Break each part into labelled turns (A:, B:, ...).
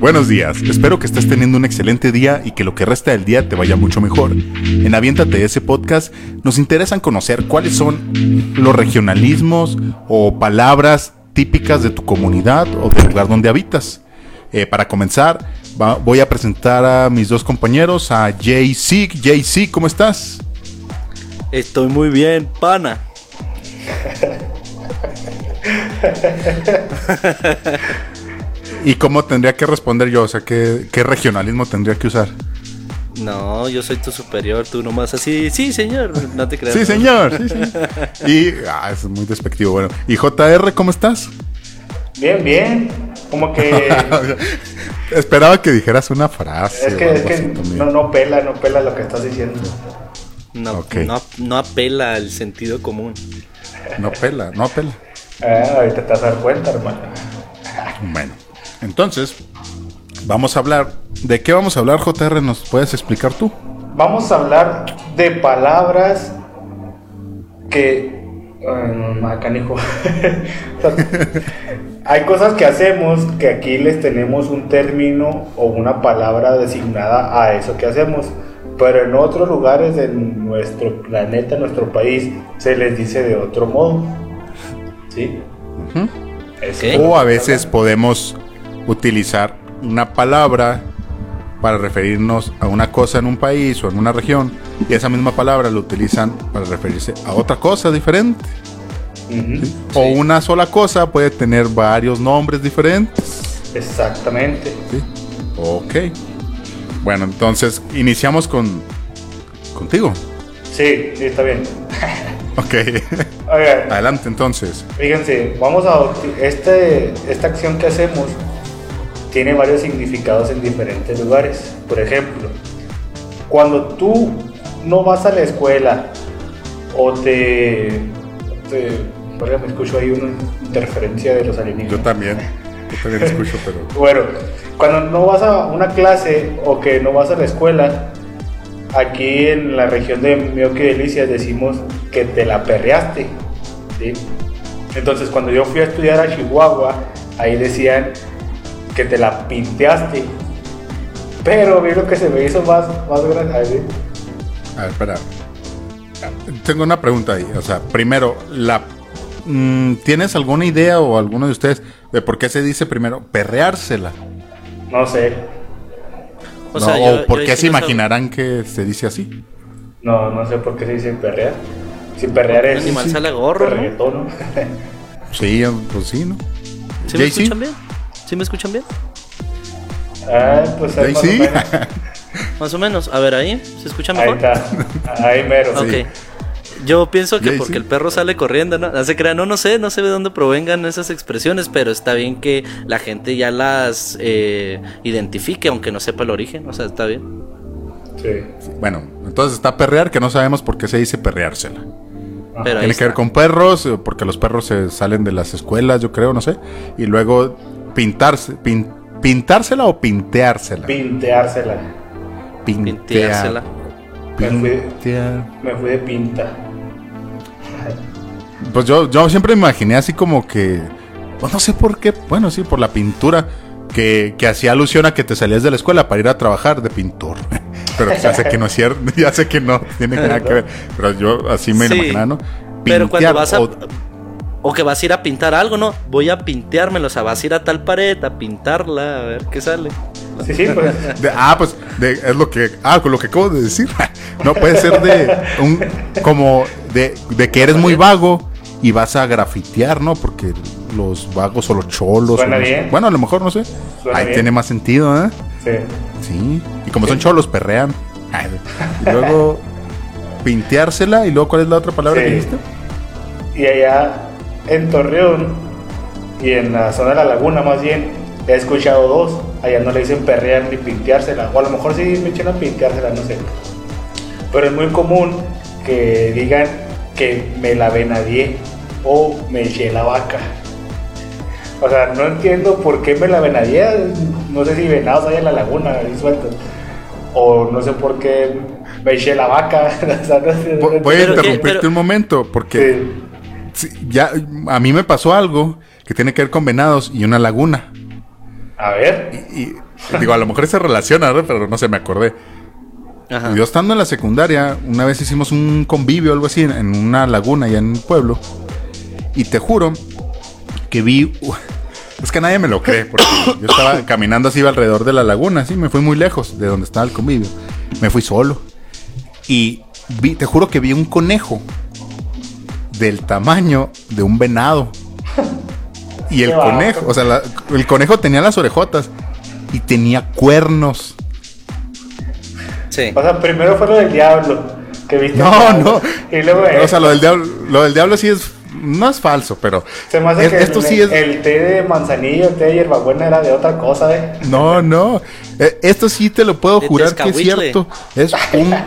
A: Buenos días, espero que estés teniendo un excelente día y que lo que resta del día te vaya mucho mejor. En Aviéntate ese podcast nos interesan conocer cuáles son los regionalismos o palabras típicas de tu comunidad o del lugar donde habitas. Eh, para comenzar, va- voy a presentar a mis dos compañeros, a JC. JC, ¿cómo estás?
B: Estoy muy bien, pana.
A: ¿Y cómo tendría que responder yo? O sea, ¿qué, qué regionalismo tendría que usar?
B: No, yo soy tu superior, tú nomás así. Sí, señor, no te creas.
A: Sí, señor. sí, sí. Y ah, es muy despectivo. Bueno, ¿y JR, cómo estás?
C: Bien, bien. Como que.
A: Esperaba que dijeras una frase.
C: es
A: o
C: que, es
A: algo
C: que
A: así pues también.
C: no, no pela, no pela lo que estás diciendo.
B: No,
A: Ok.
B: no, no apela al sentido común.
A: No pela, no pela.
C: Ah, ahorita te vas a dar cuenta, hermano.
A: Bueno, entonces, vamos a hablar. ¿De qué vamos a hablar, JR? ¿Nos puedes explicar tú?
C: Vamos a hablar de palabras que. Um, ah, canijo. Hay cosas que hacemos que aquí les tenemos un término o una palabra designada a eso que hacemos. Pero en otros lugares de nuestro planeta, nuestro país, se les dice de otro modo. ¿Sí?
A: Ujú.
C: Eso
B: Ok.
C: es lo
A: O a
C: que
A: veces podemos utilizar una palabra para referirnos a una cosa en un país o en una región. Y esa misma palabra la utilizan para referirse a otra cosa diferente.
C: Ujú,
A: O una sola cosa puede tener varios nombres diferentes.
C: Exactamente.
A: ¿sí? Ok. Bueno, entonces iniciamos con contigo.
C: Sí, sí, está bien.
A: Ok.
C: Oigan,
A: Adelante entonces.
C: fíjense, vamos a. uti- Este, esta acción que hacemos tiene varios significados en diferentes lugares. Por ejemplo, cuando tú no vas a la escuela o te. te oiga, me escucho ahí una interferencia de los
A: Yo
C: alienígenas.
A: también. Yo también escucho, pero.
C: Bueno, cuando no vas a una clase o que no vas a la escuela, aquí en la región de Mioque Delicias decimos que te la perreaste. ¿sí? Entonces, cuando yo fui a estudiar a Chihuahua, ahí decían que te la pinteaste. Pero a mí lo que se me hizo más, más grande.
A: A ver, espera. Tengo una pregunta ahí. O sea, primero, la. mm, ¿Tienes alguna idea o alguno de ustedes de por qué se dice primero perreársela?
C: No sé.
B: O
A: ¿No?
B: sea,
A: ¿O
B: yo-
A: por
B: yo
A: qué
B: es
A: se
B: que no sab-
A: imaginarán que se dice así?
C: No, no sé por qué se dice perrear. Si perrear
B: Un
C: es.
B: animal sale a gorro, ¿no?
C: perreguetón, ¿no?
A: Sí, pues sí, ¿no?
B: ¿Sí me
A: JC?
B: escuchan bien? ¿Sí me escuchan bien?
C: ah, pues ahí
A: Ahí
C: más o
A: sí.
C: menos.
B: Más o menos. A ver, ahí. ¿Se escucha
C: Ahí
B: mejor?
C: está. Ahí mero.
B: Ok. Yo pienso que
A: JC.
B: porque el perro sale corriendo, ¿no? No se crea, no, no sé, no sé de dónde provengan esas expresiones, pero está bien que la gente ya las eh, identifique, aunque no sepa el origen. O sea, está bien.
C: Sí.
A: Bueno, entonces está perrear que no sabemos por qué se dice perreársela.
C: Ajá.
B: Pero ahí
A: Tiene que ver
B: está.
A: con perros, eh, porque los perros se salen de las escuelas, yo creo, no sé. Y luego pintarse, pin- pintársela o pinteársela.
C: Pinteársela.
A: Pintear.
B: Pinteársela.
A: Pintear.
C: Me fui de pinta.
A: Pues yo, yo siempre me imaginé así como que. pues no sé por qué. Bueno, sí, por la pintura. Que, que hacía alusión a que te salías de la escuela para ir a trabajar de pintor. Pero ya sé que no es cierto, ya sé que no tiene nada que ver. Pero yo así me
B: Sí.
A: imaginaba, ¿no?
B: Pero cuando
A: Pintear
B: vas a.
A: o-
B: O que vas a ir a pintar algo, ¿no? Voy a pinteármelo, o sea, vas a ir a tal pared a pintarla, a ver qué sale.
C: Sí, sí, pues.
A: De- ah, pues de- es lo que ah, con lo que acabo de decir. No puede ser de un como de, de que eres muy vago y vas a grafitear, ¿no? Porque los vagos o los cholos.
C: Suena
A: o no sé-
C: bien.
A: Bueno, a lo mejor no sé.
C: Suena
A: Ahí
C: bien.
A: tiene más sentido, ¿eh?
C: Sí.
A: Sí. Y como son cholos perrean. Ay, Y luego pinteársela y luego cuál es la otra palabra
C: Sí.
A: que dijiste?
C: Y allá en Torreón y en la zona de la laguna, más bien, he escuchado dos. Allá no le dicen perrear ni pinteársela. O a lo mejor sí me echan a pinteársela, no sé. Pero es muy común que digan que me la venadié o me eché la vaca. O sea, no entiendo por qué me la venadié. No sé si venados hay en la laguna, ahí sueltos. O no sé por qué me eché la vaca. O sea, no sé, no
A: Voy- Voy a
B: Pero-
C: entiendo.
A: interrumpirte
B: pero-
A: un momento porque
C: Sí.
A: sí, ya a mí me pasó algo que tiene que ver con venados y una laguna.
C: A ver.
A: Y Digo, a lo mejor se relaciona, ¿verdad? pero no se me acordé.
B: Ajá.
A: Yo estando en la secundaria, una vez hicimos un convivio o algo así en- en una laguna allá en un pueblo. Y te juro que vi. Es que nadie me lo cree, porque yo estaba caminando así alrededor de la laguna, así me fui muy lejos de donde estaba el convivio. Me fui solo. Y vi, te juro que vi un conejo del tamaño de un venado. Y el
C: Qué vato.
A: conejo, o sea, la- el conejo tenía las orejotas y tenía cuernos.
B: Sí.
C: O sea, primero fue lo del diablo. Que viste.
A: No, no.
C: Y luego. eh,
A: o sea, lo del diablo, lo del diablo sí es. No es falso, pero.
C: eh, se me hace
A: es-
C: que
A: esto
C: el,
A: sí es.
C: el té de manzanillo, el té de hierbabuena era de otra cosa, ¿eh?
A: No, no. Eh, esto sí te lo puedo
B: De
A: jurar que es
B: Tezcahuitle.
A: cierto. Es un. Eh,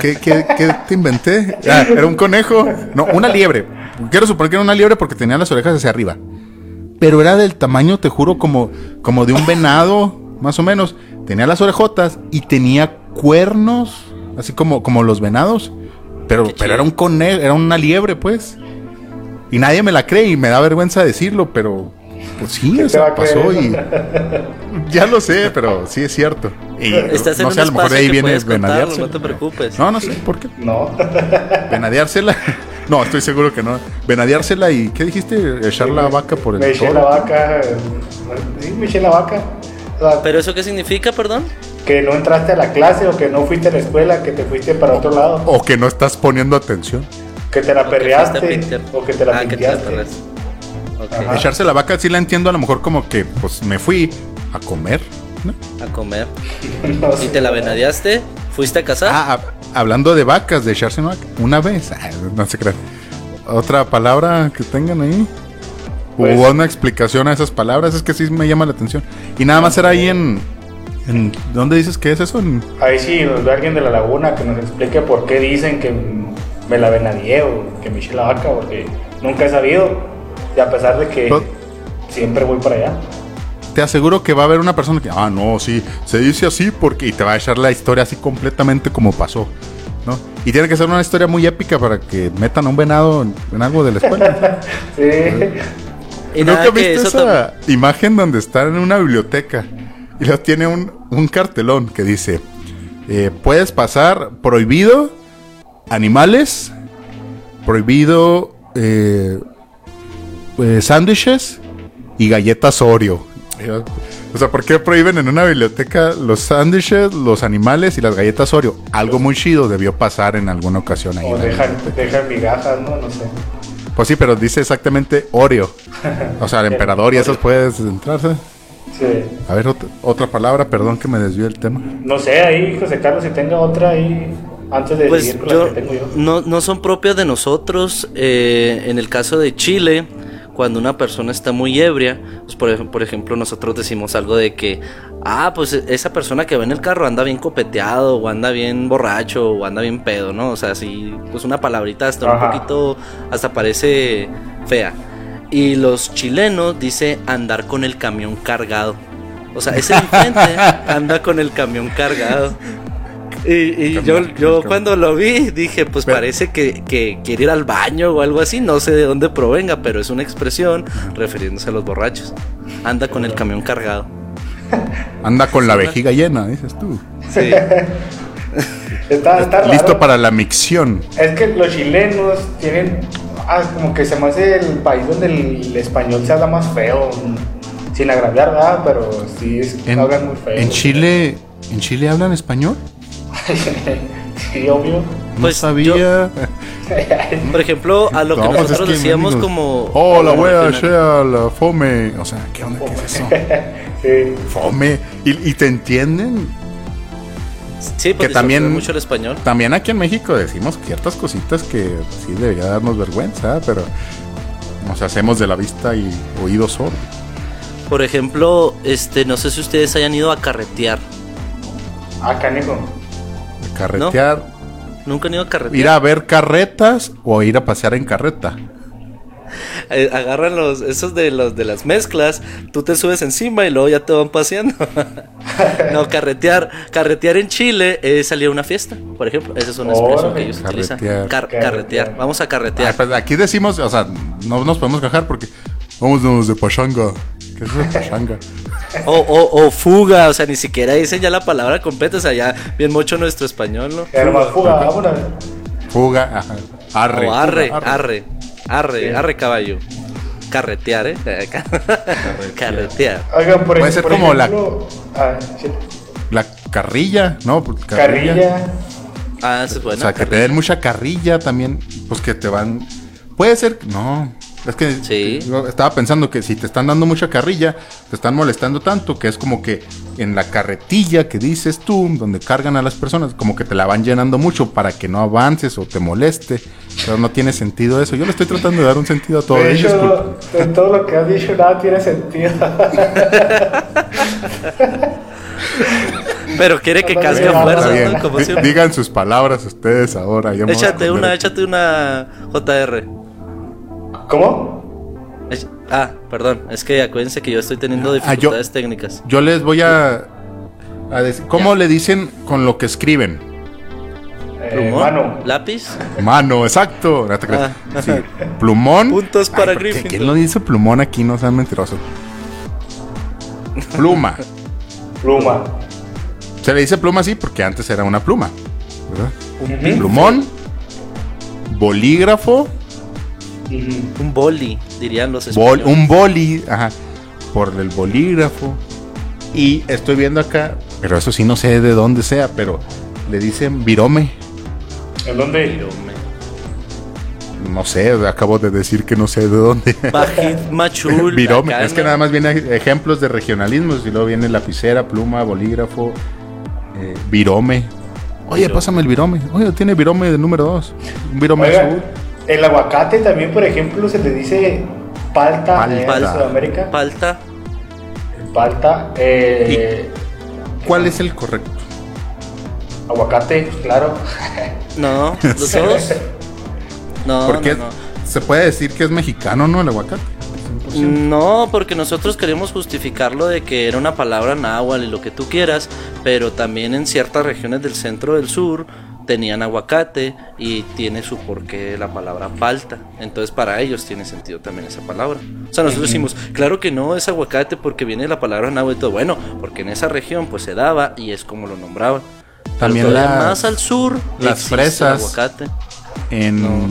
A: ¿Qué, qué, qué te inventé? Ah, era un conejo. No, una liebre. Quiero suponer que era una liebre porque tenía las orejas hacia arriba. Pero era del tamaño, te juro, como, como de un venado, más o menos. Tenía las orejotas y tenía cuernos, así como, como los venados. Pero,
B: Qué
A: pero
B: chido.
A: era un conejo, era una liebre, pues. Y nadie me la cree y me da vergüenza decirlo, pero pues sí,
C: ¿Quién
A: o
C: te va
A: sea,
C: a creer
A: pasó y
C: eso?
A: ya lo sé, pero sí es cierto. Y
B: Estás en
A: no
B: un
A: sé, a lo mejor de
B: espacio
A: ahí
B: que
A: viene
B: puedes contarlo,
A: venadeársela.
B: no te preocupes.
A: No, no sé por qué.
C: No.
A: Venadeársela. No, estoy seguro que no. Venadeársela y ¿qué dijiste? Echar la vaca por
C: Me
A: el
C: eché la
A: toro.
C: vaca. eh, Sí, me eché la vaca. O sea,
B: ¿Pero eso qué significa, perdón?
C: que no entraste a la clase o que no fuiste a la escuela, que te fuiste para otro lado.
A: O que no estás poniendo atención.
C: Que te la
B: O que fuiste a
C: Ah, perreaste.
B: pintear.
C: O que te la
B: Ah, que te la
C: pinteaste.
B: perreaste. Ok.
C: Ajá.
A: Echarse la vaca sí la entiendo a lo mejor como que pues me fui a comer. ¿no?
B: A comer.
C: No
B: ¿Y
C: sé.
B: te la venadeaste? ¿Fuiste a cazar?
A: Ah, hab- hablando de vacas, de echarse una vaca. Una vez. Ah, no se crean. Otra palabra que tengan ahí.
C: Pues-
A: Hubo una explicación a esas palabras. Es que sí me llama la atención. Y nada más era ahí en. en- ¿Dónde dices que es eso? En-
C: Ahí sí, nos ve alguien de la laguna que nos explique por qué dicen que me la venadié o que me eché la vaca, porque nunca he sabido. Y a pesar de que
A: Pero-
C: siempre voy para allá.
A: te aseguro que va a haber una persona que. Ah, no, sí. Se dice así porque. Y te va a echar la historia así completamente como pasó. ¿no? Y tiene que ser una historia muy épica para que metan a un venado en, en algo de la escuela.
C: Sí,
B: y
A: ¿Nunca
B: nada que
A: viste
B: eso tam-
A: esa imagen donde están en una biblioteca y luego tiene un, un cartelón que dice: eh, Puedes pasar prohibido animales, prohibido eh, eh, sándwiches y galletas Oreo. Y yo, O sea, ¿por qué prohíben en una biblioteca los sándwiches, los animales y las galletas Oreo? Algo muy chido debió pasar en alguna ocasión ahí.
C: o
A: en la
C: dejan, dejan migajas, ¿no? No sé.
A: pues sí, pero dice exactamente Oreo. O sea, el emperador y esas puedes entrarse.
C: Sí.
A: A ver, ot- otra palabra, perdón que me desvió el tema.
C: No sé, ahí José Carlos, si tenga otra ahí antes de
B: Pues
C: seguir con
B: yo,
C: la que tengo yo.
B: No, no son propias de nosotros. eh, en el caso de Chile, cuando una persona está muy ebria, pues por, ej- por ejemplo nosotros decimos algo de que, ah, pues esa persona que va en el carro anda bien copeteado, o anda bien borracho, o anda bien pedo, ¿no? O sea, sí, pues una palabrita hasta
C: Ajá.
B: un poquito, hasta parece fea. Y los chilenos dice andar con el camión cargado. O sea, ese enfrente anda con el camión cargado. Y, y
A: Camión,
B: yo,
A: el
B: yo
A: camión.
B: cuando lo vi dije, pues
A: Pero-
B: parece que, que quiere ir al baño o algo así, no sé de dónde provenga, pero es una expresión refiriéndose a los borrachos. Anda con el camión cargado.
A: Anda con la vejiga llena, dices tú.
B: Sí.
C: Está, está raro.
A: Listo para la micción.
C: Es que los chilenos tienen. ah, como que se me hace el país donde el español se habla más feo. mm, Sin agraviar, ¿verdad? Pero sí, es,
A: En,
C: hablan muy feo.
A: en Chile, ¿en Chile hablan español?
C: sí, obvio.
A: No
B: Pues,
A: sabía.
B: Por ejemplo, a lo que
A: No, pues, es
B: nosotros
A: que,
B: decíamos
A: amigos,
B: como...
A: Oh, la
B: como
A: wea,
B: regional-
A: sea, la fome. O sea, ¿qué onda? ¿Qué es eso?
C: sí.
A: Fome. ¿Y, y te entienden?
B: Sí, porque
A: que también-
B: también mucho el español.
A: También aquí en México decimos ciertas cositas que sí debería darnos vergüenza, pero nos hacemos de la vista y oído sordo.
B: Por ejemplo, este, no sé si ustedes hayan ido a carretear.
C: Ah, canijo.
A: Carretear,
B: Nunca han ido a carretear.
A: ir a ver carretas o ir a pasear en carreta.
B: Eh, agarran los, esos de los de las mezclas, tú te subes encima y luego ya te van paseando. no, carretear, carretear en Chile es salir a una fiesta, por ejemplo. Esa es una expresión
C: Órale.
B: que ellos utilizan.
A: Carretear.
B: Car- carretear. Vamos a
A: Ah,
B: carretear.
A: pues aquí decimos, o sea, no nos podemos cajar porque vamos de pachanga. ¿Qué es eso de pachanga?
B: O, o, o fuga, o sea, ni siquiera dicen ya la palabra completa, o sea, ya bien mucho nuestro español, ¿no?
C: Ya nomás fuga, vámonos.
A: Fuga, ajá. Arre.
B: O arre,
A: fuga,
B: arre, arre,
C: Sí.
B: arre caballo. Carretear, ¿eh? Carretear.
C: Oigan, por,
A: Puede
C: ej-
A: ser
C: por
A: como la-
C: ejemplo, ah, sí,
A: La carrilla, ¿no? Pues,
C: carrilla.
B: Ah, eso es
A: O
B: bueno.
A: sea, que te den mucha carrilla también, pues que te van... Puede ser, no. Es que
B: Sí.
A: yo estaba pensando que si te están dando mucha carrilla, te están molestando tanto que es como que en la carretilla que dices tú, donde cargan a las personas, como que te la van llenando mucho para que no avances o te moleste. Pero no tiene sentido eso. Yo le estoy tratando de dar un sentido a todo.
C: de
A: ello, disculpa.
C: hecho, de todo lo que has dicho, nada tiene sentido.
B: Pero quiere que
C: Está
B: casque
C: bien,
B: a
A: Está
B: fuerza,
A: bien.
B: ¿no? Como
A: Di-
B: siempre.
A: Digan sus palabras ustedes ahora. ya me voy a
B: Échate
A: esconder
B: una,
A: aquí.
B: échate una JR.
C: ¿Cómo?
B: Ech- Ah, perdón, es que acuérdense que yo estoy teniendo
A: Ah, yo-
B: dificultades técnicas.
A: Yo les voy a, a decir, ¿cómo le dicen con lo que escriben?
C: Eh,
B: ¿Plumón?
C: mano.
B: ¿Lápiz?
A: Mano, exacto. No te creas.
B: Ah.
A: Sí, Plumón.
B: Puntos para
A: ¿por qué?
B: Gryffindor.
A: ¿Quién lo dice plumón aquí? No sean mentirosos. Pluma.
C: Pluma.
A: Se le dice pluma así porque antes era una pluma. ¿verdad?
C: Ujú.
A: Plumón. Bolígrafo.
C: Ujú.
B: Un boli, dirían los
A: bol-
B: españoles.
A: un boli. Ajá. Por el bolígrafo. Y estoy viendo acá, pero eso sí no sé de dónde sea, pero le dicen virome.
C: ¿En dónde?
A: No sé, acabo de decir que no sé de dónde.
B: Bajit Machul.
A: Virome,
B: acá,
A: es que
B: ¿no?
A: nada más viene ejemplos de regionalismos y luego viene lapicera, pluma, bolígrafo, eh, virome. Oye,
B: Virome.
A: pásame el virome. Oye, tiene virome de número 2. Un virome azul.
C: Oigan, el aguacate también, por ejemplo, se le dice palta, eh,
A: Palta.
C: en Sudamérica.
B: Palta.
C: palta. eh,
A: ¿Cuál es el correcto?
C: Aguacate, pues, claro.
B: No, los dos. No,
A: Porque
B: no, no.
A: se puede decir que es mexicano, ¿no? El aguacate.
B: No, porque nosotros queremos justificarlo de que era una palabra náhuatl y lo que tú quieras, pero también en ciertas regiones del centro del sur tenían aguacate y tiene su porqué la palabra palta. Entonces para ellos tiene sentido también esa palabra. O sea, nosotros decimos, claro que no es aguacate porque viene la palabra náhuatl y todo. Bueno, porque en esa región pues se daba y es como lo nombraban. Pero
A: También
B: todavía
A: las-
B: más al sur
A: las
B: existe el
A: fresas.
B: aguacate.
A: En,
B: No.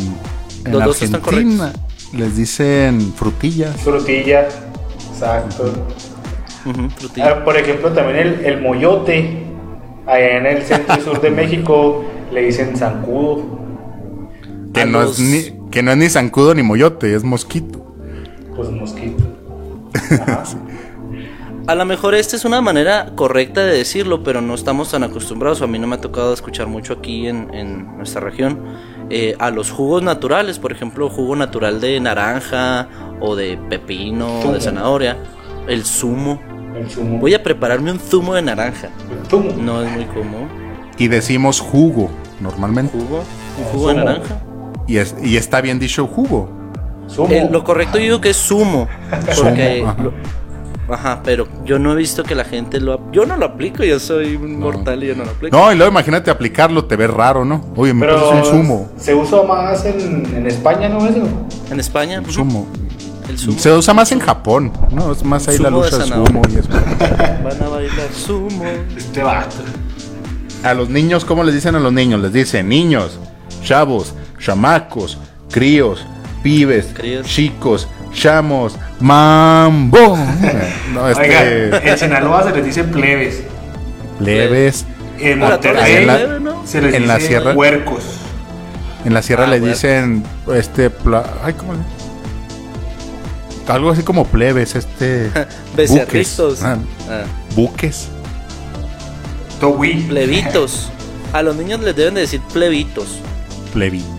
A: en
B: Los dos están
A: Argentina les dicen frutillas.
C: Frutilla. Exacto.
B: Ujú, frutilla.
C: Ah, por ejemplo, también el, el moyote. Allá en el centro y sur de México le dicen zancudo.
A: Que
B: A
A: no,
B: los-
A: es ni, que no es ni zancudo ni moyote, es mosquito.
C: Pues mosquito. Ajá.
B: A lo mejor esta es una manera correcta de decirlo, pero no estamos tan acostumbrados. A mí no me ha tocado escuchar mucho aquí en, en nuestra región. eh, a los jugos naturales, por ejemplo, jugo natural de naranja o de pepino o de
C: Zumo.
B: zanahoria. El zumo.
C: El zumo.
B: Voy a prepararme un zumo de naranja.
C: El zumo.
B: No es muy común.
A: Y decimos jugo normalmente.
B: ¿Jugo? ¿Un jugo de
C: Zumo.
B: naranja?
A: Y, es- y está bien dicho jugo.
C: Zumo.
B: Eh, lo correcto yo digo que es zumo.
A: Zumo,
B: Porque...
A: ajá.
B: lo- Ajá, pero yo no he visto que la gente lo... ap- Yo no lo aplico, yo soy un mortal y yo no lo aplico.
A: No, y luego imagínate aplicarlo, te ves raro, ¿no? Oye, me
C: Pero
A: pasas un Pues zumo.
C: se usa más en, en España, ¿no? Eso.
B: En España... ujú.
A: Zumo.
B: El zumo.
A: Se usa más en Japón, ¿no? Es más ahí la
B: Zumo de
A: lucha de
B: zanahoria.
A: zumo y eso.
B: Van a bailar sumo.
C: Este vato.
A: A los niños, ¿cómo les dicen a los niños? Les dicen niños, chavos, chamacos, críos, pibes,
B: Críos.
A: chicos, chamos, mambo. No,
C: Oiga,
A: este.
C: en Sinaloa se les dice plebes.
A: Leves.
C: En
B: Ahora,
A: ahí
C: Monterrey
A: en la-
C: se les
A: en la
C: dice
A: sierra.
C: puercos.
A: En la sierra
B: Ah,
A: le
B: bueno.
A: dicen, este, pla- ay, ¿cómo le- Algo así como plebes, este.
B: Becerritos.
A: buques. Ah,
B: Ah,
A: buques.
C: Togui.
B: plebitos. A los niños les deben de decir plebitos.
A: Plebitos.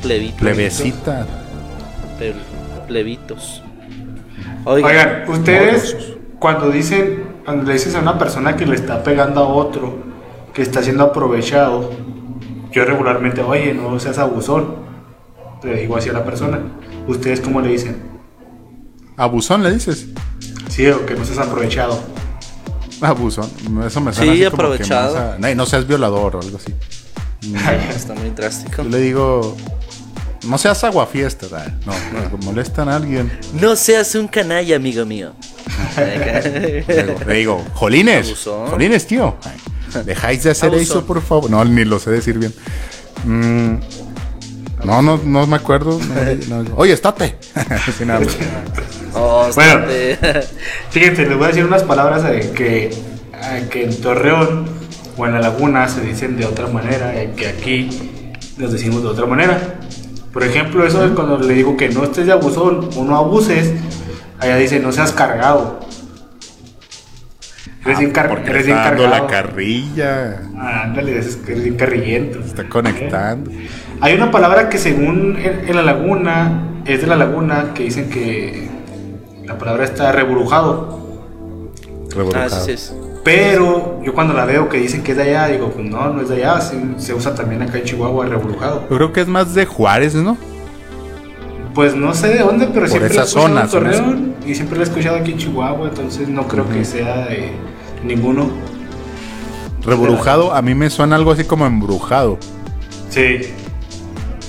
B: Plebitos.
A: Plebecita.
B: Ple- plebitos.
C: Oigan, ustedes
A: Morosos.
C: cuando dicen, cuando le dices a una persona que le está pegando a otro, que está siendo aprovechado, yo regularmente, oye, no seas abusón, le digo así a la persona. ¿Ustedes cómo le dicen?
A: Abusón le dices.
C: Sí, o que no seas aprovechado.
A: Abusón. Eso me suena
B: Sí,
A: así como que
B: aprovechado.
A: más a- No, y no seas violador o algo así.
B: Está muy drástico.
A: Yo le digo No seas aguafiestas, ah, no, no, molestan a alguien.
B: No seas un canalla, amigo mío.
A: Le digo, le digo, Jolines,
B: Abusón.
A: Jolines, tío. Ay, Dejáis de hacer
B: Abusón.
A: eso, por favor. No, ni lo sé decir bien. Mm, no, no, no me acuerdo. No, no. Oye, estate. Sí, nada más.
B: Oh,
C: Bueno.
B: este-
C: Fíjense, les voy a decir unas palabras eh, que, eh, que en Torreón o en la laguna se dicen de otra manera, eh, que aquí nos decimos de otra manera. Por ejemplo, eso es cuando le digo que no estés de abusón o no abuses, allá dice no seas cargado. Eres bien car-
A: Ah, Porque
C: eres
A: está
C: bien
A: dando la
C: cargado.
A: carrilla.
C: Ah, ándale, eres eres bien carrillento.
A: Está conectando.
C: Hay una palabra que según en, en la laguna, es de la laguna, que dicen que la palabra está rebrujado.
B: Ah,
A: Revolujado.
B: sí, sí, sí.
C: Pero yo cuando la veo que dicen que es de allá, digo, pues no, no es de allá, se, se usa también acá en Chihuahua, rebrujado.
A: Yo creo que es más de Juárez, ¿no?
C: Pues no sé de dónde, pero siempre
A: esa
C: la he escuchado
A: zona,
C: en
A: zona esa.
C: Torreón y siempre la he escuchado aquí en Chihuahua, entonces no creo que sea de ninguno.
A: Rebrujado, a mí me suena algo así como embrujado.
C: Sí.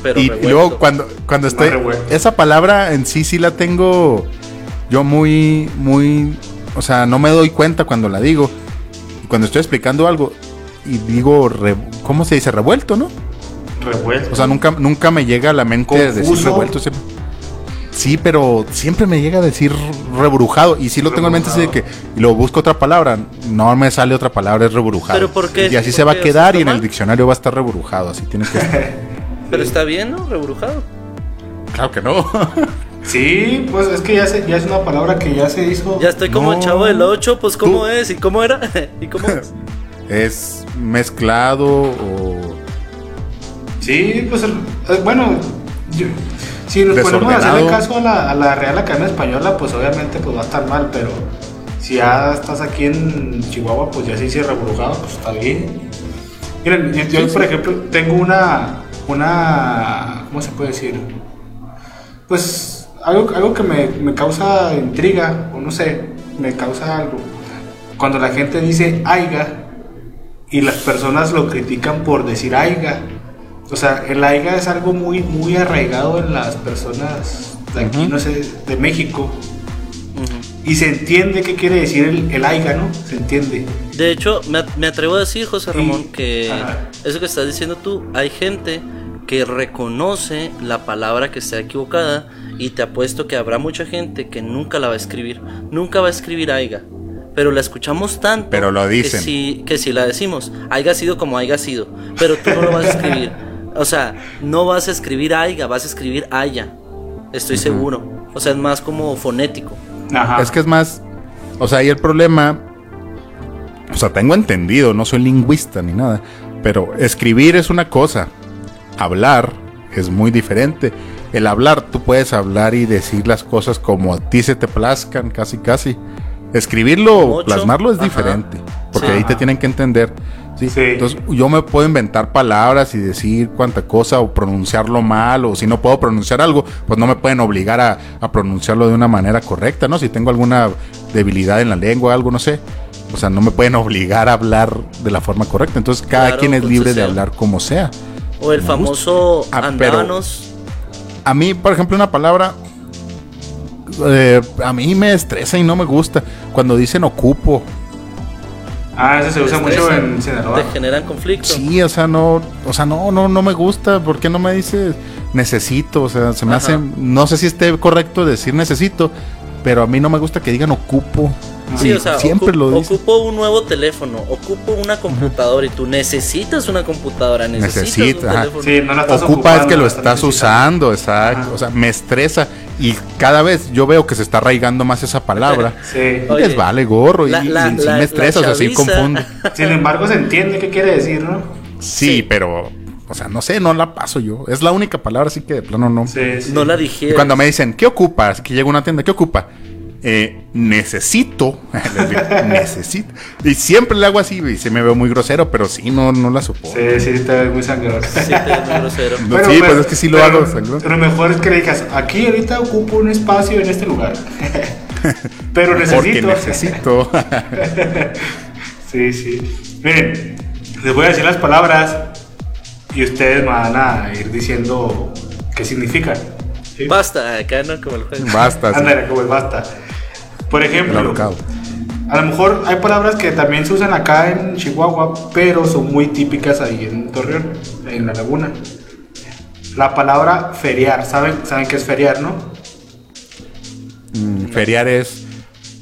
B: Pero
A: Y, y
B: revuelto.
A: luego cuando, cuando
C: Más
A: estoy...
C: revuelto.
A: Esa palabra en sí sí la tengo yo muy, muy... O sea, no me doy cuenta cuando la digo. Y Cuando estoy explicando algo y digo, re- ¿cómo se dice? Revuelto, ¿no?
C: Revuelto.
A: O sea, nunca, nunca me llega a la mente decir
C: Confuso.
A: revuelto. siempre- Sí, pero siempre me llega a decir rebrujado. Y sí lo tengo en mente así de que y lo busco otra palabra. No me sale otra palabra, es rebrujado.
B: ¿Pero por qué?
A: Y así
B: ¿Por
A: se va a
B: qué?
A: quedar
B: ¿Está
A: y en el
B: mal?
A: diccionario va a estar rebrujado. Así tiene que estar.
B: Pero está bien, ¿no? Rebrujado.
A: claro que no.
C: Sí, pues es que ya, se- ya es una palabra que ya se hizo.
B: Ya estoy como
A: No.
B: el chavo del 8, pues ¿cómo
A: Tú-
B: es? ¿Y cómo era? ¿Y cómo es?
A: es mezclado o
C: Sí, pues eh, bueno, yo- si nos ponemos a hacerle
A: Desordenado.
C: caso a la, a la Real Academia Española, pues obviamente pues va a estar mal, pero si ya estás aquí en Chihuahua, pues ya se dice rebrujado, pues está bien. Miren, yo, yo, por ejemplo tengo una, una, ¿cómo se puede decir? Pues algo, algo que me, me causa intriga, o no sé, me causa algo. Cuando la gente dice aiga, y las personas lo critican por decir aiga. O sea, el aiga es algo muy, muy arraigado en las personas de aquí,
A: Ujú.
C: no sé, de México.
B: Ujú.
C: Y se entiende qué quiere decir el, el aiga, ¿no? Se entiende.
B: De hecho, me, at- me atrevo a decir, José
C: Sí.
B: Ramón, que
C: Ajá.
B: eso que estás diciendo tú, hay gente que reconoce la palabra que está equivocada y te apuesto que habrá mucha gente que nunca la va a escribir, nunca va a escribir Aiga, pero la escuchamos tanto
A: Pero lo dicen.
B: que si, que si la decimos, Aiga sido como Aiga sido, pero tú no lo vas a escribir, o sea, no vas a escribir Aiga, vas a escribir Aya, estoy seguro, o sea, es más como fonético.
C: Ajá.
A: Es que es más, o sea, y el problema, o sea, tengo entendido, no soy lingüista ni nada, pero escribir es una cosa, hablar es muy diferente. El hablar, tú puedes hablar y decir las cosas como a ti se te plazcan, casi, casi. Escribirlo o
B: Mucho.
A: plasmarlo es
B: Ajá.
A: diferente, porque
B: Sí.
A: ahí te tienen que entender. ¿sí?
C: Sí.
A: Entonces, yo me puedo inventar palabras y decir cuánta cosa o pronunciarlo mal o si no puedo pronunciar algo, pues no me pueden obligar a, a pronunciarlo de una manera correcta, ¿no? Si tengo alguna debilidad en la lengua, algo, no sé. O sea, no me pueden obligar a hablar de la forma correcta. Entonces, cada
B: Claro,
A: quien es
B: con
A: libre
B: su
A: de
B: ser.
A: hablar como sea.
B: O el
A: Me
B: famoso
A: Ah, pero-
B: andábanos.
A: A mí, por ejemplo, una palabra eh, a mí me estresa y no me gusta cuando dicen ocupo.
C: Ah, eso se usa mucho
B: Estresan,
C: en Sinaloa.
B: Te generan conflicto.
A: Este, Sí, o sea, no, o sea, no, no, no me gusta. ¿Por qué no me dices necesito? O sea, se me
B: Ajá.
A: hace, no sé si esté correcto decir necesito, pero a mí no me gusta que digan ocupo.
B: Sí,
A: Y
B: o sea,
A: siempre
B: ocu-
A: lo dicen.
B: ocupo un nuevo teléfono, ocupo una computadora y tú necesitas una computadora, necesitas
A: Necesita,
B: un
A: ajá.
B: teléfono.
C: Sí, no la estás
A: Ocupa es
C: ocupando,
A: que lo
C: la estás
A: estás
C: utilizando.
A: usando, exacto.
C: Ajá.
A: O sea, me estresa y cada vez yo veo que se está arraigando más esa palabra.
C: Sí.
B: Oye,
A: Les vale gorro y,
B: la-
A: y
B: la-
A: sí
B: la-
A: me estresa, o
B: la
A: sea, sí
B: chaviza.
A: confundo.
C: Sin embargo, se entiende qué quiere decir, ¿no?
A: Sí,
B: Sí.
A: pero, o sea, no sé, no la paso yo. Es la única palabra así que de plano no.
C: Sí, sí.
B: No la
A: Y
B: dije.
A: cuando me dicen, ¿qué ocupas? Que llega una tienda, ¿qué ocupa? Eh, necesito. les digo, necesito. Y siempre le hago así, y se me veo muy grosero, pero sí, no, no la soporto.
C: Sí, sí, te ves muy sangrón.
B: Sí, te ves muy grosero.
A: No, sí, pues es que sí lo
C: pero-
A: hago, sangrón.
C: Pero mejor es que le digas, aquí ahorita ocupo un espacio en este lugar. pero
A: Porque
C: necesito.
A: necesito.
C: sí, sí. Miren, les voy a decir las palabras y ustedes me van a ir diciendo ¿Qué significa? ¿Sí?
B: Basta, acá no como el juego.
A: Basta. sí.
C: Ándale, como el basta. Por
A: El
C: ejemplo,
A: ahorcado.
C: a lo mejor hay palabras que también se usan acá en Chihuahua, pero son muy típicas ahí en Torreón, en la laguna. La palabra feriar, ¿saben, ¿saben qué es feriar, no?
A: Mm, Feriar es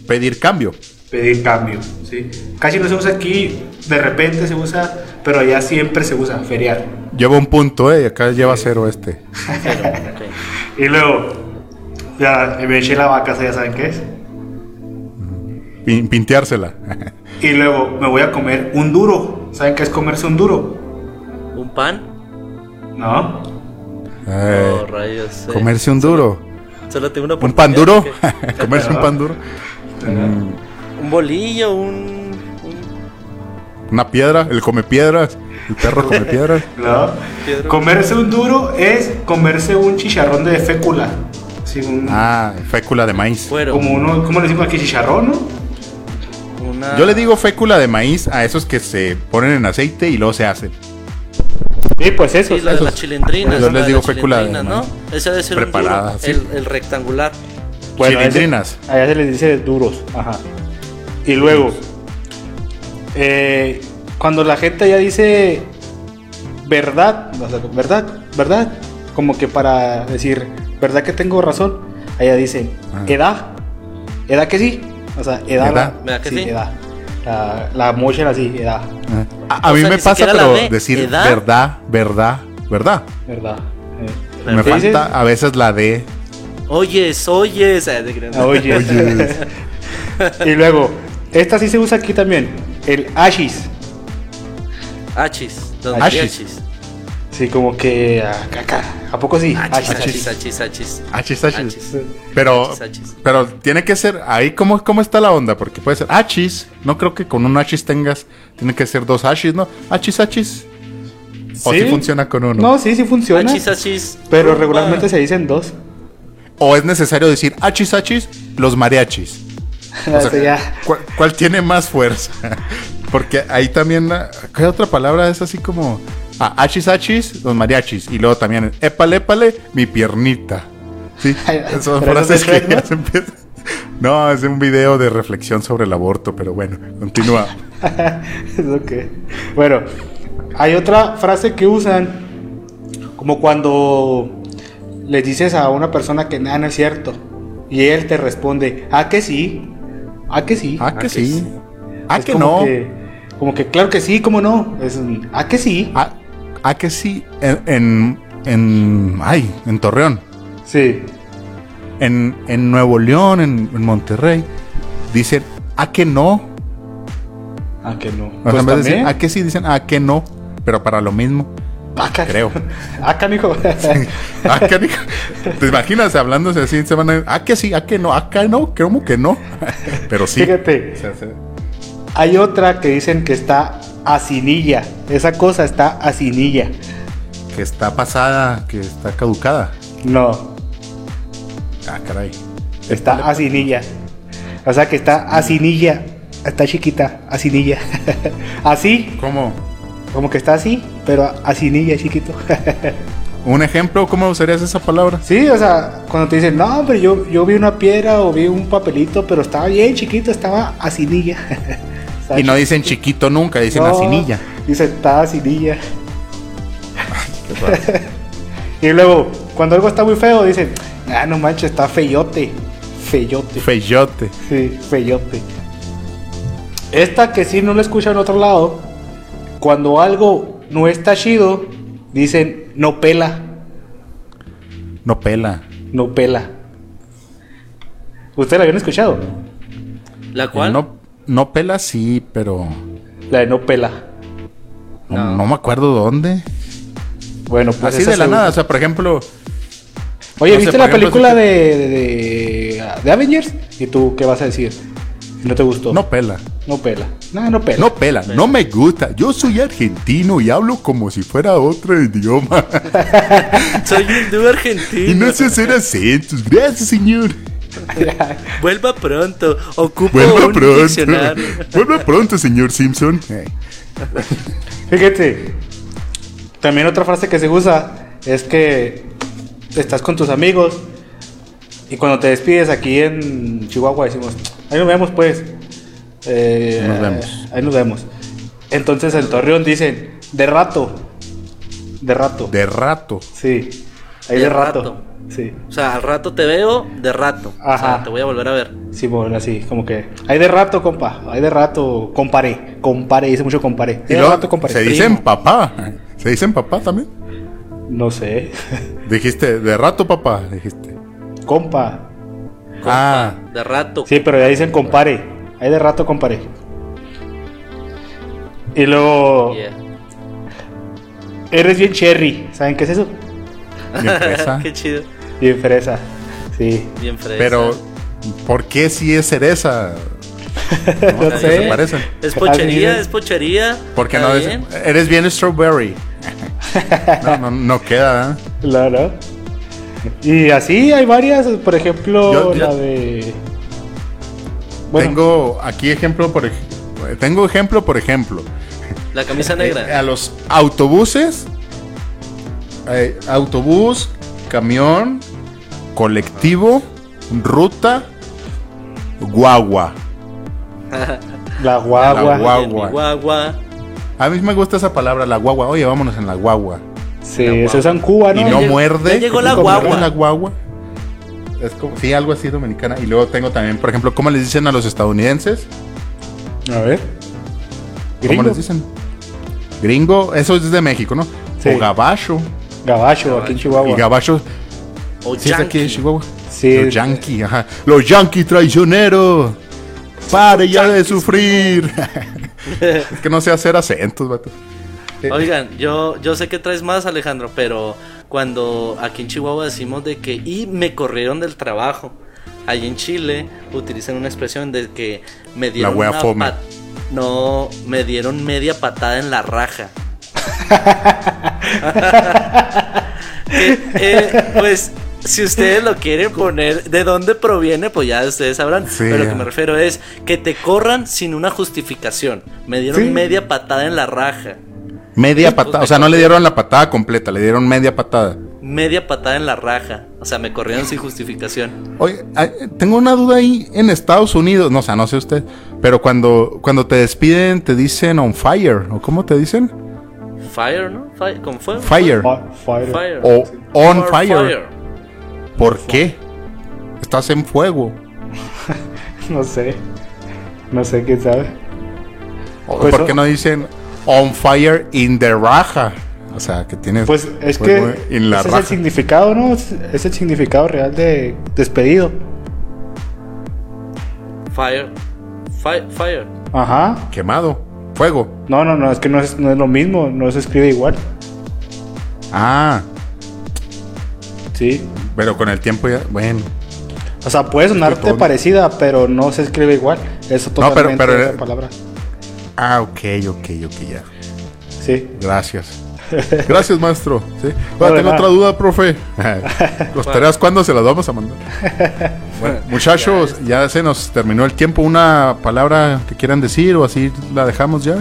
A: pedir cambio.
C: Pedir cambio, ¿sí? Casi no se usa aquí, de repente se usa, pero allá siempre se usa feriar.
A: Lleva un punto, ¿eh? y Acá lleva cero este.
B: Pero, ok.
C: Y luego, ya me eché la vaca, ¿sí? ya saben qué es.
A: Pin- pinteársela.
C: Y luego me voy a comer un duro. ¿Saben qué es comerse un duro?
B: ¿Un pan?
C: ¿No?
A: Eh,
B: oh, rayos. sí.
A: comerse un duro.
B: Solo tengo una
A: ¿Un pan duro?
B: oportunidad, ok.
A: ¿Comerse un pan duro? Mm,
B: Un bolillo, un. un-
A: Una piedra, el come piedras, el perro come piedras.
C: ¿No?
B: Piedra.
C: Comerse un duro es comerse un chicharrón de fécula. Sí, un-
A: Ah, fécula de maíz.
B: Bueno,
C: como uno, ¿Cómo le decimos aquí? Chicharrón, ¿no?
B: una.
A: Yo le digo fécula de maíz a esos que se ponen en aceite y luego se hacen.
C: Sí, pues eso.
B: Sí, la de las chilindrinas.
A: Yo
B: la
A: les
B: de
A: digo
B: las
A: fécula de
B: chilindrinas,
A: maíz.
B: ¿no? Ese debe ser un
A: Preparada,
B: duro,
A: sí.
B: el, el rectangular.
A: Chilindrinas.
C: ese- allá se les dice duros. Ajá. Y luego, eh, cuando la gente ya dice verdad, o sea, verdad, verdad, como que para decir verdad que tengo razón, allá dicen
A: Ah.
C: edad, edad que sí, o sea, edad,
A: Edad.
C: la-
B: ¿Verdad que sí?
C: edad. La, la motion así, edad,
A: Ah, A, a
B: O
A: mí
B: sea,
A: me
B: ni
A: pasa,
B: siquiera la
A: pero
B: ve,
A: decir
B: edad.
A: verdad, verdad, verdad.
C: verdad. eh.
A: Me
C: ¿Te dicen?
A: falta a veces la de.
B: Oyes, oyes. ah, de-
C: Ah, Oye. y luego, esta sí se usa aquí también, el ashis.
B: Achis. ¿Dónde
A: Achis.
B: achis?
C: Sí, como que acá, acá. ¿A poco sí?
A: Ah,
B: Achis, achis,
C: Achis, achis.
B: achis, achis.
A: Achis, achis.
B: Achis.
A: Pero,
B: Achis, achis.
A: pero tiene que ser ahí cómo, cómo está la onda, porque puede ser achis. No creo que con un achis tengas, tiene que ser dos achis, ¿no? Achis, achis. O si funciona con uno.
C: No, sí, sí funciona.
B: Achis, achis.
C: Pero
B: Rumba.
C: regularmente se dicen dos.
A: O es necesario decir achis, achis, los mariachis. O sea,
C: O sea, ya.
A: ¿cuál, cuál tiene más fuerza? Porque ahí también, ¿qué otra palabra es así como ah, achis achis, los mariachis? Y luego también, épale, épale, mi piernita. Sí,
C: Ay,
A: esas son
C: pero eso
A: frases
C: es de
A: que
C: Shrek,
A: ya
C: ¿no?
A: se empiezan. No, es de un video de reflexión sobre el aborto, pero bueno, continúa.
C: Es lo que- Bueno, hay otra frase que usan. Como cuando les dices a una persona que nada, no es cierto. Y él te responde, ah, que sí. Ah, que sí.
A: Ah, que
B: que
A: sí.
B: sí.
A: Ah,
C: Es
A: que
C: como
A: no.
C: que- como que, claro que sí, cómo no. Es un, ah, que sí.
A: Ah, ah, que sí. En, en, en- ay, en Torreón.
C: Sí.
A: en, en Nuevo León, en, en Monterrey, dicen a que no.
C: Ah, que no.
A: O sea, en vez de decir, "Ah,
C: también.
A: a que sí, dicen a que no, pero para lo mismo.
C: Acá.
A: Creo.
C: Acá, mijo.
A: Ah, canijo. ¿Te imaginas hablándose así? Se van a a que sí, a que no, a que no, ¿cómo que no? Pero sí.
C: Fíjate.
A: O sea, se-
C: Hay otra que dicen que está asinilla. Esa cosa está asinilla.
A: Que está pasada, que está caducada.
C: No,
A: Ah, caray.
C: está asinilla. O sea que está asinilla. Está chiquita, asinilla. así,
A: ¿Cómo?
C: como que está así, pero asinilla, chiquito.
A: ¿Un ejemplo? ¿Cómo usarías esa palabra?
C: sí, o sea, cuando te dicen, no, pero yo, yo vi una piedra o vi un papelito, pero estaba bien chiquito, estaba asinilla. Estaba
A: Y no
C: chiquito.
A: dicen chiquito nunca, dicen
C: No,
A: asinilla.
C: Dice, está asinilla. Y luego, cuando algo está muy feo, dicen, ah, no manches, está feyote. Feyote.
A: Feyote.
C: sí, feyote. Esta que sí no la escuchan en otro lado, cuando algo no está chido, dicen, no pela,
A: No pela.
C: no pela. ¿Ustedes la habían escuchado?
B: ¿La cual?
A: No, no pela sí, pero...
C: La de no pela.
A: No,
B: No.
A: no me acuerdo dónde.
C: Bueno, pues.
A: Así
C: esa
A: de la
C: se usa.
A: nada, o sea, por ejemplo,
C: Oye,
A: No sé,
C: ¿viste
A: por
C: la
A: ejemplo,
C: película
A: si te-
C: de, de, de Avengers? ¿Y tú qué vas a decir? ¿No te gustó?
A: no pela,
C: No pela. No, no pela.
A: no pela, no me gusta. Yo soy argentino y hablo como si fuera otro idioma.
B: Soy hindú argentino.
A: y no sé hacer acentos. Gracias, señor.
B: Vuelva pronto. Ocupo
A: Vuelva
B: un
A: pronto.
B: diccionario.
A: Vuelva pronto, señor Simpson. Eh,
C: Fíjate. También otra frase que se usa es que estás con tus amigos y cuando te despides aquí en Chihuahua decimos, ahí nos vemos pues. Eh,
A: Ahí nos vemos.
C: Ahí nos vemos. Entonces en Torreón dicen, de rato. De rato.
A: De rato.
C: Sí. Ahí de,
B: De
C: rato.
B: rato.
C: Sí.
B: O sea, al rato te veo, de rato. O
C: Ajá.
B: sea, te voy a volver a ver.
C: Sí, bueno, así, como que. Ahí de rato, compa. Ahí de rato, comparé. Comparé, dice mucho comparé.
A: Y
C: De
A: luego
C: rato, comparé.
A: se dicen papá. Se dicen papá también.
C: No sé.
A: Dijiste, de rato papá, dijiste.
C: Compa.
A: Ah,
B: De rato.
C: Sí, pero ya dicen compare. Ahí de rato compare. Y luego.
B: Yeah.
C: Eres bien cherry. ¿Saben qué es eso?
A: mi empresa.
B: Qué chido.
C: Bien fresa. Sí.
B: Bien fresa.
A: Pero, ¿por qué si es cereza?
C: No,
A: se
B: sé.
A: parecen.
B: Es pochería,
C: Así es.
B: es pochería.
A: ¿Por qué
B: Está
A: no
B: bien.
A: dices, eres bien strawberry? No, no, no queda, ¿eh?
C: Claro. Y así hay varias. Por ejemplo,
A: Yo- yo-
C: la de. Bueno,
A: Tengo aquí ejemplo por ej- Tengo ejemplo por ejemplo.
B: La camisa
A: Eh, a
B: negra.
A: los autobuses, eh, autobús, camión, colectivo, ruta, guagua.
C: la
A: La
C: guagua.
A: guagua.
B: Mi guagua.
A: A mí me gusta esa palabra, la guagua. Oye, vámonos en la guagua.
C: Sí,
B: La
C: se
B: guagua.
C: usa en Cuba, ¿no?
A: Y no
B: ya llegó-
A: muerde.
B: ya llegó la
A: como
B: guagua.
A: la guagua. Es como, sí, algo así dominicana. Y luego tengo también, por ejemplo, ¿cómo les dicen a los estadounidenses?
C: A ver.
A: ¿Cómo
C: Gringo.
A: les dicen? Gringo, eso es de México, ¿no?
C: Sí.
A: O gabacho.
C: Gabacho, aquí en Chihuahua.
A: Y gabacho,
B: O
A: sí es de aquí de
B: yankee.
A: Chihuahua.
C: Sí.
A: Los yankees, ajá. Los yankees traicioneros. Pare ya de sufrir. es que no sé hacer acentos, vato.
B: Oigan, yo, yo sé que traes más, Alejandro, pero cuando aquí en Chihuahua decimos de que y me corrieron del trabajo, allí en Chile utilizan una expresión de que me dieron
A: wea
B: una
A: fome.
B: pat- no, me dieron media patada en la raja. Que, eh, pues si ustedes lo quieren poner, de dónde proviene, pues ya ustedes sabrán.
A: Sí,
B: pero lo
A: ya.
B: que me refiero es que te corran sin una justificación. Me dieron
C: Sí.
B: media patada en la raja.
A: Media
B: Sí, pues,
A: patada.
B: me
A: O sea, no
B: corté.
A: le dieron la patada completa, le dieron media patada.
B: Media patada en la raja. O sea, me corrieron sin justificación.
A: Oye, ay, tengo una duda ahí en Estados Unidos. No, o sea, no sé usted. Pero cuando, cuando te despiden, te dicen on fire. ¿O cómo te dicen?
B: Fire, ¿no? Fi- ¿Con fuego?
A: Fire.
C: Fi- Fire.
B: Fire.
A: O
B: Sí.
A: on
B: For
A: fire. ¿Por
C: ah.
A: qué? Estás en fuego.
C: No sé. No sé quién sabe.
A: ¿O
C: Pues,
A: ¿Por qué no dicen on fire in the raja? O sea, que tienes.
C: Pues es
A: fuego
C: que
A: en la
C: ese
A: raja.
C: es el significado, ¿no? Es es el significado real de despedido.
B: Fire. Fi- fire.
C: Ajá.
A: Quemado. Fuego.
C: No, no, no, es que no es, no es lo mismo, no se escribe igual.
A: Ah,
C: Sí.
A: pero con el tiempo ya. Bueno.
C: O sea, puede sonarte
A: todo-
C: parecida, pero no se escribe igual. Eso
A: pero-
C: totalmente
A: pero-
C: otra palabra.
A: Ah, ok, ok, ok, ya.
C: Sí.
A: Gracias. Gracias, maestro. Sí. Bueno,
C: de
A: tengo
C: nada.
A: otra duda, profe. Los tareas, ¿cuándo se las vamos a mandar? Bueno, muchachos, ya se nos terminó el tiempo. ¿Una palabra que quieran decir o así la dejamos ya?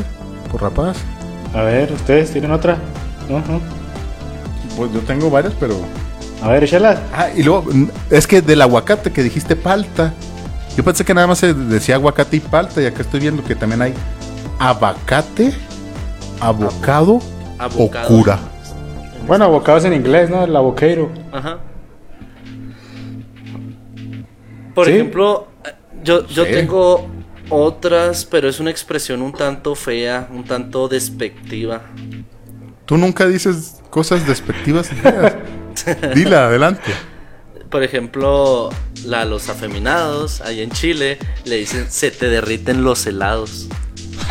A: Por rapaz.
C: A ver, ustedes tienen otra. No, no.
A: Pues yo tengo varias, pero.
C: A ver, échala.
A: Ah, y luego, mm, es que del aguacate que dijiste palta. Yo pensé que nada más se decía aguacate y palta, y acá estoy viendo que también hay abacate, abocado,
B: Abocado.
A: o cura.
C: Bueno, abocados en inglés, ¿no? El aboqueiro.
B: Ajá. Por
C: Sí.
B: ejemplo, eh, yo, yo
A: Sí.
B: tengo otras, pero es una expresión un tanto fea, un tanto despectiva.
A: Tú nunca dices cosas despectivas. feas. Dila, adelante.
B: Por ejemplo, la, los afeminados, allá en Chile, le dicen se te derriten los helados.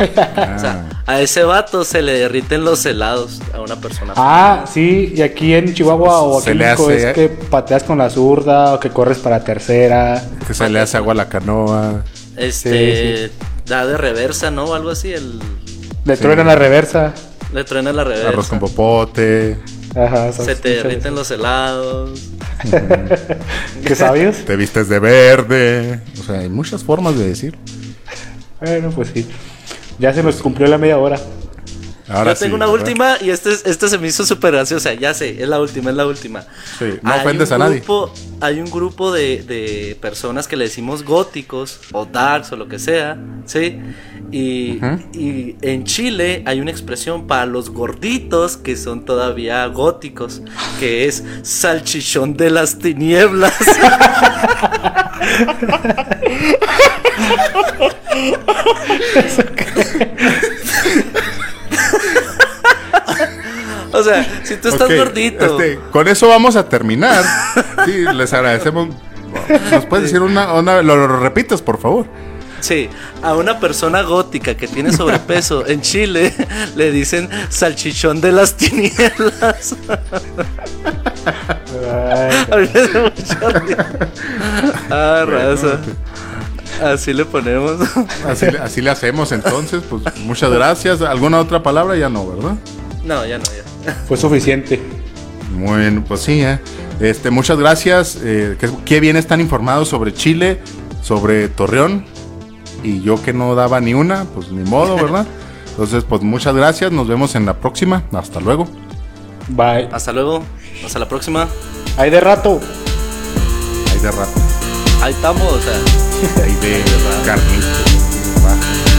A: Ah.
B: O sea, a ese vato se le derriten los helados a una persona.
C: Ah, sí, y aquí en Chihuahua o aquí
A: Se
C: en
A: le
C: México
A: hace, ¿eh?
C: es que pateas con la zurda o que corres para tercera.
A: Que se le hace agua a la canoa.
B: este, da de reversa, ¿no? O algo así, el,
C: Le
A: Sí.
C: truena la reversa.
B: le truena la
A: Arroz
B: reversa.
A: con popote.
C: Ajá, esas-
B: Se te
C: muchas
B: derriten los helados.
C: veces. ¿Qué sabios?
A: Te vistes de verde. O sea, hay muchas formas de decir.
C: bueno, pues sí. Ya se nos cumplió la media hora.
A: Ahora
B: Yo tengo
A: sí,
B: una
A: ¿verdad?
B: última y este, es- este se me hizo súper graciosa. Ya sé, es la última, es la última.
A: Sí, no
B: Hay
A: ofendes
B: un
A: a nadie.
B: grupo- hay un grupo de, de personas que le decimos góticos o darks o lo que sea, ¿sí? Y,
A: Ujú.
B: y en Chile hay una expresión para los gorditos que son todavía góticos, que es salchichón de las tinieblas. o sea, si tú estás
A: Ok,
B: gordito...
A: este, con eso vamos a terminar. Sí, les agradecemos. ¿Nos puedes decir una, una- lo, lo repitas, por favor?
B: Sí, a una persona gótica que tiene sobrepeso en Chile le dicen salchichón de las tinieblas.
C: Ay,
B: A mí me hace mucha risa. ah, raza. Así le ponemos.
A: Así, le- así le hacemos entonces. Pues muchas gracias. ¿Alguna otra palabra? Ya no, ¿verdad?
B: No, ya no, ya.
C: Fue suficiente.
A: Bueno, pues sí, ¿eh? Este, muchas gracias. eh, qué, qué bien están informados sobre Chile, sobre Torreón. Y yo que no daba ni una, pues ni modo, ¿verdad? Entonces, pues muchas gracias. Nos vemos en la próxima. Hasta luego.
C: Bye.
B: Hasta luego. Hasta la próxima.
C: Ahí de rato.
A: Ahí de rato.
B: Ahí estamos, o sea.
A: Ahí de carnita. Va.